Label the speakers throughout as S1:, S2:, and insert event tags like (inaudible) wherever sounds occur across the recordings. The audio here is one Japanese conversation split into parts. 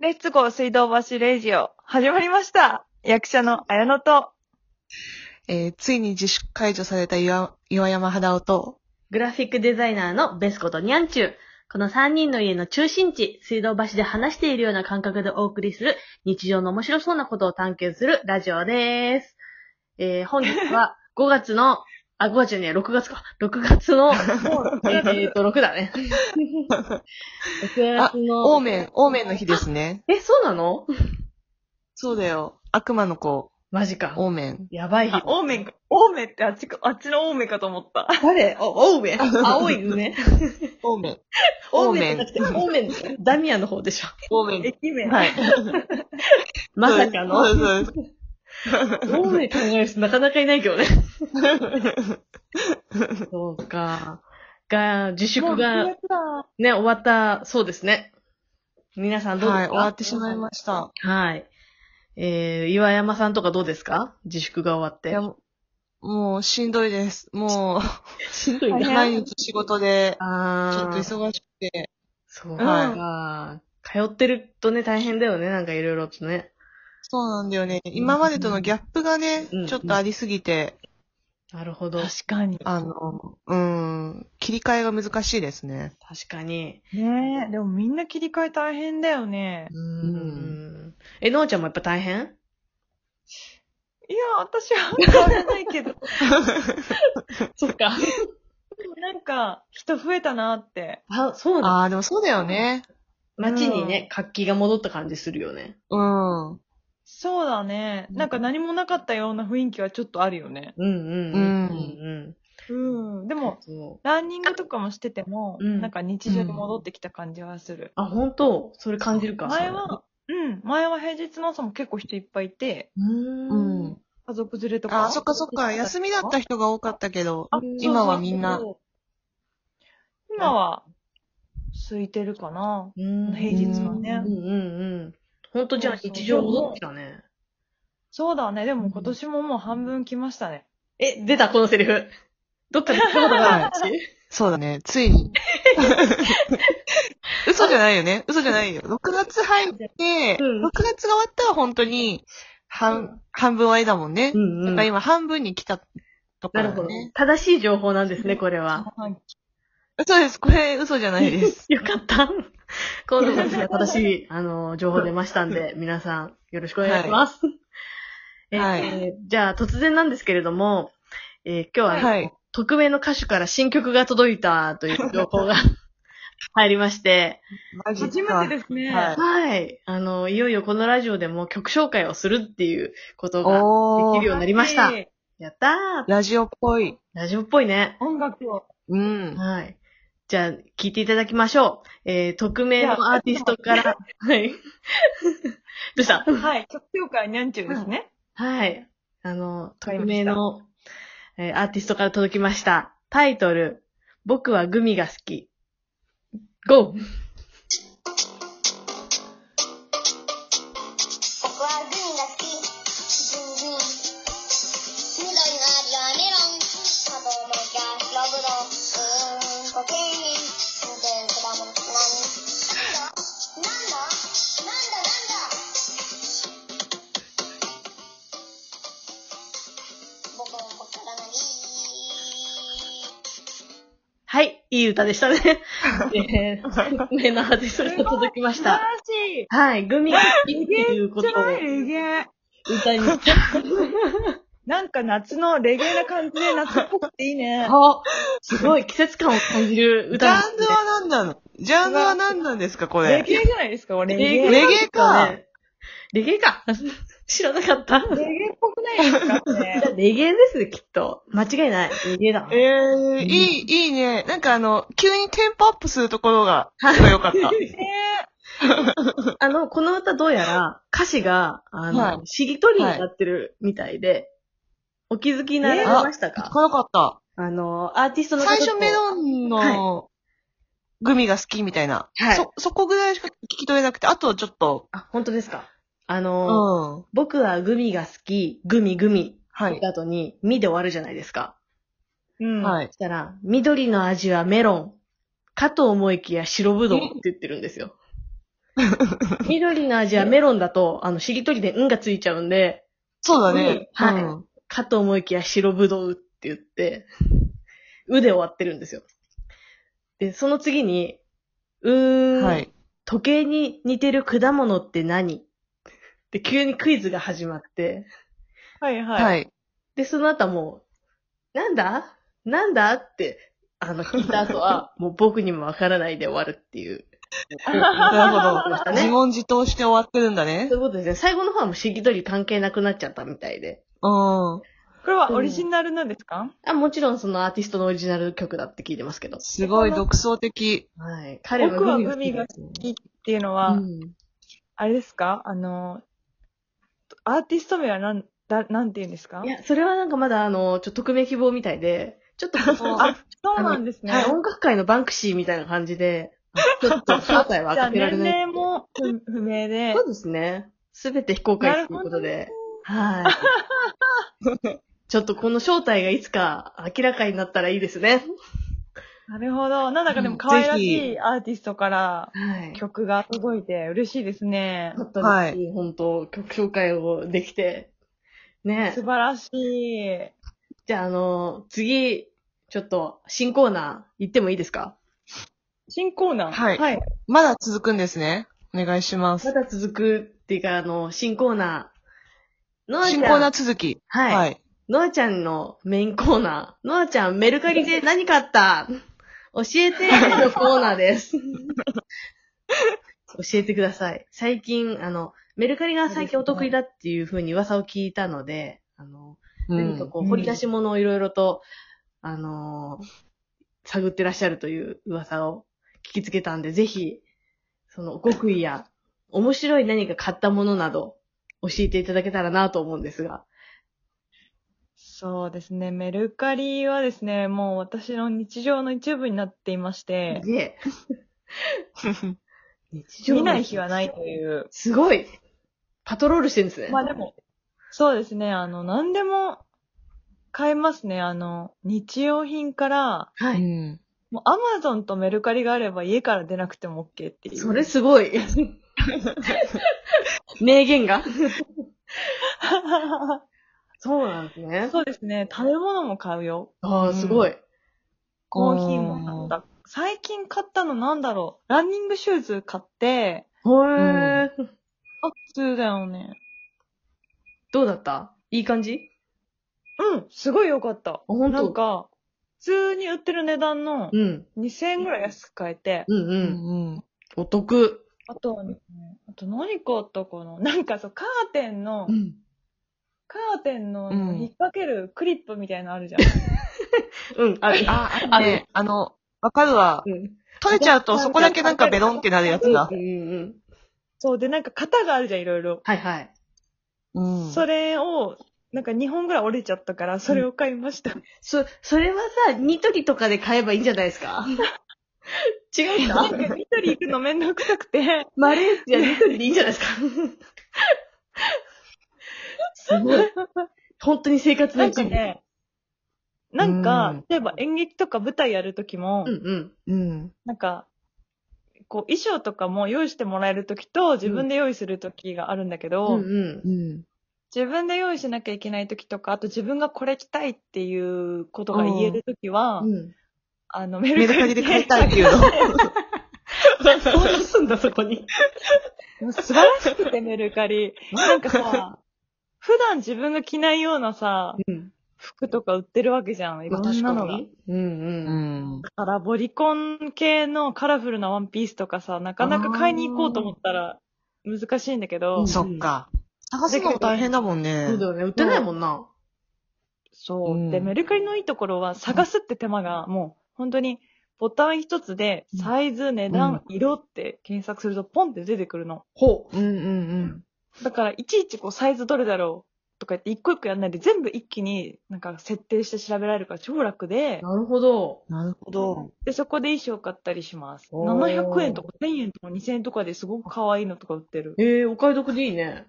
S1: レッツゴー水道橋レイジオ、始まりました役者の綾乃と、
S2: えーついに自粛解除された岩岩山肌男と、
S3: グラフィックデザイナーのベスコとニャンチュー。この3人の家の中心地、水道橋で話しているような感覚でお送りする、日常の面白そうなことを探求するラジオです。えー、本日は5月の、あ、5月じゃねえ、6月か。6月の、えっと、6だね。6月の。
S2: オーメン、オーメンの日ですね。
S3: え、そうなの
S2: そうだよ。悪魔の子、
S3: マジか。
S2: オーメン。
S3: やばい日
S1: あ、。オーメンか、オーメンってあっちか、あっちのオーメンかと思った。
S3: 誰お、オーメン。青い梅。
S2: オーメン。オ
S3: オー
S2: ー
S3: メ
S2: メ
S3: ン
S2: ン
S3: じゃなくて、オーメン、ダミアンの方でしょ。
S2: オーメン。
S1: 駅名。
S3: (laughs)
S2: はい。
S3: まさかの。
S2: そうですそうで
S3: どうで考える人なかなかいないけ
S2: (laughs)
S3: どね。そうか。が、自粛
S1: も
S3: が
S1: う9、
S3: ね、終わった、そうですね。皆さ
S2: す
S3: んどうで
S2: はい、
S3: す
S2: 終
S3: か
S2: わってしまいました。
S3: はい。えー、岩山さんとかどうですか自粛が終わっ
S2: い
S3: て
S2: や、。もうもう、しんどいです。も
S3: しんどい
S2: うん
S3: ね。
S1: ね
S2: 毎日仕事で、ちょっ
S3: あ
S2: と
S3: ー、
S2: 忙しくて、
S3: そう
S2: はい
S3: か。通ってるとね、大変だよね。なんかいろいろとね。
S2: そうなんだよね。今までとのギャップがね
S3: うん、
S2: ちょっとありすぎて、
S3: なるほど。確
S1: 確かに。
S2: あの、うん、切り替えが難しいですね。
S3: かに。
S1: ねえ、でもみんな切り替え大変だよね。
S3: うーん。え、のーちゃんもやっぱ大変
S1: いや、私は変わらない
S2: (laughs)
S1: けど、
S3: そっか。
S1: でもなんか、人増えたなって。
S3: あ、そうなんだ。
S2: ああ、でもそうだよね。
S3: 街にね、活気が戻った感じするよね。
S2: うん。う
S1: そうだね。なんか何もなかったような雰囲気はちょっとあるよね。
S3: うんうんうんうん
S1: うん。で
S3: うん。
S1: も、
S3: そう。
S1: ランニングとかもしてても、
S3: うん
S1: なんか日常に戻ってきた感じはする。
S3: あ、本当それ感じるか。
S1: 前は、うん、前は平日の朝も結構人いっぱいいて、
S3: うーん。
S2: ん。
S1: 家族連れとか。
S2: あ、そっかそっか。休みだった人が多かったけど
S1: あ、
S2: 今はみんな。
S1: そうそうそう今は、空いてるかな。
S3: うーん。
S1: 平日はね
S3: うんうんうん。本当じゃあ
S1: そうそう
S3: 日常戻ってきたね。
S1: そうだね。でも今年ももう半分来ましたね。
S3: え、出た、このセリフ。どっかで聞いたことがある私
S2: そうだね。ついに。 (laughs) 嘘じゃないよね。嘘じゃないよ。6月入って、
S3: うん
S2: 6月が終わったら本当に、半、半分終わりだもんね
S3: う。んう
S2: だ
S3: ん。
S2: から
S3: な
S2: 今半分に来たとこ
S3: る
S2: ろ
S3: ほ
S2: だ
S3: ど
S2: ね。。
S3: 正しい情報なんですね、これは。
S2: そうです。これ嘘じゃないです。
S3: よかった。今度もですね正しい、あの、情報出ましたんで、皆さん、よろしくお願いします。えー
S2: はい
S3: じゃあ、突然なんですけれども、えー今日は、
S2: はい。
S3: 匿名の歌手から新曲が届いたという情報が入りまして、
S2: マ
S1: 初めてですね。
S2: はい
S3: はい。あの、いよいよこのラジオでも曲紹介をするっていうことが
S2: お
S3: できるよ
S2: ー。
S3: うになりました
S1: 嬉。い
S3: やったー
S2: ラジオっぽい。
S3: ラジオっぽいね。
S1: 音
S3: (laughs)
S1: 楽を。
S2: うん。
S3: はい。じゃあ、聞いていただきましょう。えー、匿名のアーティストから、はい。 (laughs) どうした
S1: はい。曲紹介にゃんちゅうですね。
S3: はい。あの、
S1: か
S3: 匿
S1: りまし
S3: 名
S1: た
S3: の、えーアーティストから届きました。タイトル、僕はグミが好き。ゴー
S4: 僕はグミが好き。グミグミ。緑のアリはメロン。砂糖のキャロブロ。うーんこけー。全然果物。なんだなんだなんだなんだ僕のこからなり。
S3: はい、いい歌でした (laughs) ね。えー、匿名のアーティストから届きまし
S1: 素晴
S3: た。
S1: らしい。
S3: はい、グミが好きっていうこ
S1: じ
S3: と
S1: ゃ
S3: を
S1: ないレゲエ。
S3: 歌に (laughs) した。
S1: なんか夏のレゲエな感じで夏っぽくていいね。
S3: あすごい季節感を感じる
S2: ジ
S3: 歌
S2: ャ
S3: で
S2: ンルは何なのジャンルは何なんですかこ
S1: レ
S2: れ。
S1: ゲエじゃないですか、
S3: レ
S1: レゲ
S3: ゲ
S1: エ。
S3: エ
S1: レ
S2: レゲエか。
S3: レゲエか。知らなかった。
S1: ゲエっぽくないです
S3: (laughs)
S1: かね。
S3: レゲエですね、きっと。間違いない。レゲエだ。
S2: ええいい、いいね。なんかあの、急にテンポアップするところが、すごい良かった。
S1: ね
S3: あの、この歌どうやら歌詞が、あの、
S2: はい
S3: しりとりになってるみたいで、お気づきになられました
S2: 聞
S3: か、
S2: かなかった。
S3: あの、アーティストの方
S2: 最
S3: と
S2: 初メロンの、グミが好きみたいな。
S3: はい
S2: そ、そこぐらいしか聞き取れなくて、あとはちょっと、
S3: あ、本当ですかあ
S2: う
S3: の、
S2: ん。
S3: 僕はグミが好き、グミグミ。
S2: はい。
S3: だとに、ミで終わるじゃないですか。
S1: うん。
S2: はい
S3: そ。したら、 (laughs) 緑の味はメロン。かと思いきや白ぶどうって言ってるんですよ。緑の味はメロンだと、あの、しりとりでんがついちゃうんで、
S2: そうだね。
S3: うんはい
S2: うん
S3: かと思いきや白ぶどうって言って、うで終わってるんですよ。で、その次に、うーん、
S2: はい。
S3: 時計に似てる果物って何で、急にクイズが始まって、
S1: はいはい。、
S2: はいい。
S3: で、その後はもう、なんだなんだって、あの、聞いた
S2: (laughs)
S3: 後は、もう僕にもわからないで終わるっていう。
S2: なる
S3: まし
S2: ほ
S3: た
S2: ど。
S3: ね
S2: 自問自答して終わってるんだね
S3: (laughs) そう。いうことですね。最後の方はもうしりとり関係なくなっちゃったみたいで。
S2: うん。
S1: これはオリジナルなんですか、
S3: あ、もちろんそのアーティストのオリジナル曲だって聞いてますけど。
S2: すごい独創的。
S3: はい。彼は
S1: 僕は
S3: 好きですね
S1: いいっていうのは、
S3: うん
S1: あれですかあの、アーティスト名はなん、だなんて言うんですか
S3: いや、それはなんかまだあの、ちょっと匿名希望みたいで、ちょっとここ、
S1: あ、そうなんですね。
S3: はい、音楽界のバンクシーみたいな感じで、ちょっと正体は
S1: じ
S3: 当か
S1: ゃあ、
S3: けられ
S1: 年
S3: ない。
S1: 齢も不不明で
S3: そ。うですね。すべて非公開ということで。はい。ちょっとこの正体がいつか明らかになったらいいですね。
S1: なるほど。なんだかで
S2: う
S1: も
S2: ん
S1: 可愛ら
S2: ぜ
S1: しいアーティストから
S3: はい。
S1: 曲が届いて嬉しいですね
S3: ちょ。っと嬉し、
S2: はい
S3: 本当曲紹介をできて。ね
S1: 素。晴らしい。
S3: じゃあ、あの、次、ちょっと、新コーナー行ってもいいですか
S1: 新コーナー。
S2: はい
S1: はい。
S2: まだ続くんですね。お願いします
S3: ま。だ続くっていうか、あの、新コーナー。のあちゃ
S2: 新
S3: ん。
S2: コーナー続き。
S3: はい。
S2: はい。
S3: のあちゃんのメインコーナー。のあちゃん、メルカリで何買った教えてのコーナー
S2: (laughs)
S3: です。教えてください。最近、あの、メルカリが最近お得意だっていう風に噂を聞いたので、あの、
S2: う
S3: 何か
S2: ん。
S3: こ
S1: う
S3: う、
S1: ん
S3: 掘り出し物をいろいろと、あのー探ってらっしゃるという噂を聞きつけたんで、ぜひ、その、極意や、面白い何か買ったものなど、教えていただけたらなと思うんですが。
S1: そうですね。メルカリはですね、もう私の日常の一部になっていまして、 (laughs)
S3: で、日
S1: 見ない日はないという。
S3: すごいパトロールしてるんですね。
S1: まあでも、そうですね。あの、何でも買えますね。あの、日用品から、
S3: は
S2: う
S3: い。
S2: ん。
S1: もうアマゾンとメルカリがあれば家から出なくても OK っていう。
S3: それすごい。 (laughs) 名言がそうなんですね。
S1: (laughs) そうですね。食べ物も買うよ。
S3: ああ、すごい。
S1: コーヒーも買った。最近買ったのなんだろう。ランニングシューズ買って、
S3: ほえ、
S1: あ、普通だよね。
S3: どうだったいい感じ
S1: うん、すごい良かった。
S3: ほんと
S1: なんか、普通に売ってる値段の
S3: うん。
S1: 2000円ぐらい安く買えて、
S3: うんう。
S2: うんん。
S3: お得。
S1: あとはね、あと何買ったかななんかそう、カーテンの、
S3: ん。
S1: カーテンの
S2: うん
S1: 引っ掛けるクリップみたいなのあるじゃん。
S3: うん、ある。
S2: あ、あるね。あの、わかるわ。
S3: うん。
S2: 取れちゃうとそこだけなんかベロンってなるやつだ
S3: うん。うん。
S1: そう、でなんか型があるじゃん、いろいろ。
S3: はいはい。
S2: うん。
S1: それを、なんか2本ぐらい折れちゃったから、それを買いました。
S3: そ、それはさ、ニトリとかで買えばいいんじゃないですか (laughs) 違う
S1: な
S3: か
S1: んか、ニトリ行くのめんどくさくて、
S3: (laughs) マレーシアニトリでいいんじゃないですか (laughs) すごい。本当に生活の
S1: なん
S3: 一
S1: か
S3: 部。
S1: ね、なん
S2: う
S1: か
S2: ん、
S1: 例えば演劇とか舞台やるときも、
S3: うんうん。
S2: うん。
S1: なんか、こう衣装とかも用意してもらえるときと自分で用意するときがあるんだけど、
S3: うんうん
S2: う。ん。
S1: 自分で用意しなきゃいけないときとか、あと自分がこれ着たいっていうことが言えるときは、
S3: うん。
S1: あの、メ
S2: メ
S1: ル
S2: ル
S1: カ
S2: カ
S1: リ
S2: リ
S1: で
S2: で
S1: 買
S2: 買
S1: い
S2: いた
S1: たい
S2: いっていうの。
S3: そうすんだ、そこに。
S1: 素晴らしくてメルカリ。なんかさ、普段自分が着ないようなさ、
S3: うん。
S1: 服とか売ってるわけじゃん。い
S3: ま
S1: ろ
S3: あ、
S1: ん
S3: 確か
S1: なのが。
S3: に。うん
S2: う
S3: うん。
S2: ん。
S1: だから、ボリコン系のカラフルなワンピースとかさ、なかなか買いに行こうと思ったら難しいんだけど、
S3: うん
S2: そっか。探すのも大変だもんね。
S3: そうだよね。売ってないもんな。
S1: そう、
S2: うん
S1: で、メルカリのいいところは、探すって手間が、もう、本当に、ボタン一つで、サイズ、値段、色って検索すると、ポンって出てくるの。
S3: ほ
S2: うんうん
S1: だから、いちいち、こう、サイズどれだろうとか言って、一個一個やんないで、全部一気になんか設定して調べられるから超楽で
S3: う。、なるほど。
S2: うん。なるほど。
S1: で、そこで衣装買ったりします。
S3: おー
S1: 700円とか1000円とか2000円とかですごく可愛いのとか売ってる。
S3: ええお買い得でいいね。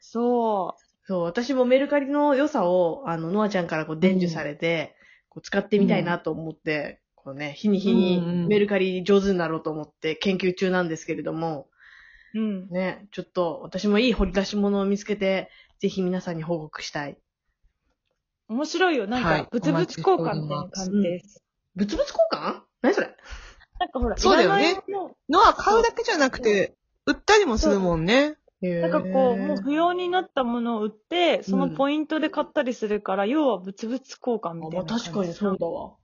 S1: そ
S3: そう、私もメルカリの良さを、あの、ノアちゃんからこう伝授されて、こう使ってみたいなと思って、こうね、日に日
S2: うんう
S3: に
S2: ん
S3: メルカリ上手になろうと思って研究中なんですけれども、
S1: うん。
S3: ね、ちょっと私もいい掘り出し物を見つけて、ぜひ皆さんに報告したい。
S1: 面白いよ。なん
S2: は
S1: か
S2: い、
S1: 物々交換みたいな感じです。
S3: 物々交換何それ
S1: なんかほら、
S2: そうだよね
S1: いらないもの
S2: のは買うだけじゃなくて、売ったりもするもんね。
S3: な
S1: なんかこう、もう不要になったものを売って、そのポイントで買ったりするから、要は物々交換みたい
S3: ま
S1: な
S3: あ
S1: 感じ。
S3: 確かにそうだわ。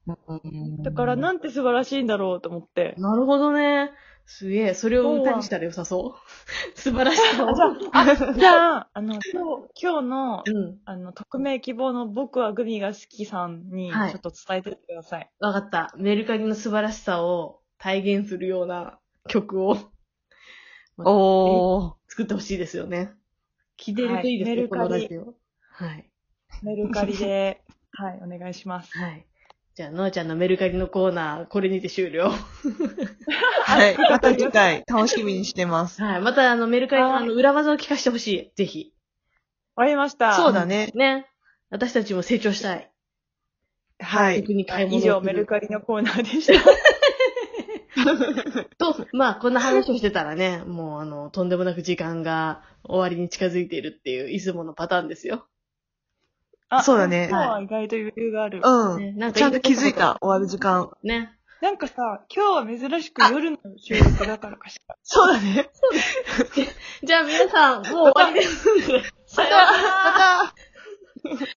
S1: だからなんて素晴らしいんだろうと思って。
S3: なるほどね。すげえ、それを歌にしたら良さそう。 (laughs) 素晴
S1: (laughs)
S3: らしい。 (laughs) う
S1: じゃあ、あの、今日、今日の、
S3: ん。
S1: あの、匿名希望の僕はグミが好きさんに、ち
S3: はい
S1: ょっと伝えてってください。
S3: わかった。メルカリの素晴らしさを体現するような曲を (laughs)
S2: おー。
S3: 作ってほしいですよね。聴いてるといいですね、
S1: はい
S3: この
S1: メ
S3: ラ
S1: ルカ
S3: ジオ。はい。
S1: メルカリで、はい、お願いします。
S3: はい。じゃあ、のあちゃんのメルカリのコーナー、これにて終了。
S2: はい。 (laughs) また次回、楽しみにしてます。
S3: はい。また、あの、メルカリの
S1: はい
S3: あの裏技を聞かせてほしい。ぜひ。
S1: わかりました。
S2: そうだね。
S3: ね。私たちも成長したい。
S2: は
S3: 逆
S2: い。
S3: に買い物を
S1: 以
S3: する
S1: 上、メルカリのコーナーでした。
S3: と、まあ、こんな話をしてたらね、もう、あの、とんでもなく時間が終わりに近づいているっていう、いつものパターンですよ。
S1: あ
S2: そうだね
S1: 今日は意外と余裕がある。
S2: うん。
S3: ね、なん
S2: ちゃんと気づい
S3: ろろ
S2: (laughs) た、終わる時間。
S3: ね。
S1: なんかさ、今日は珍しく夜の収録だからかしら。
S2: そうだね。
S3: じゃあ皆さん、もう終わりです。
S2: また、また、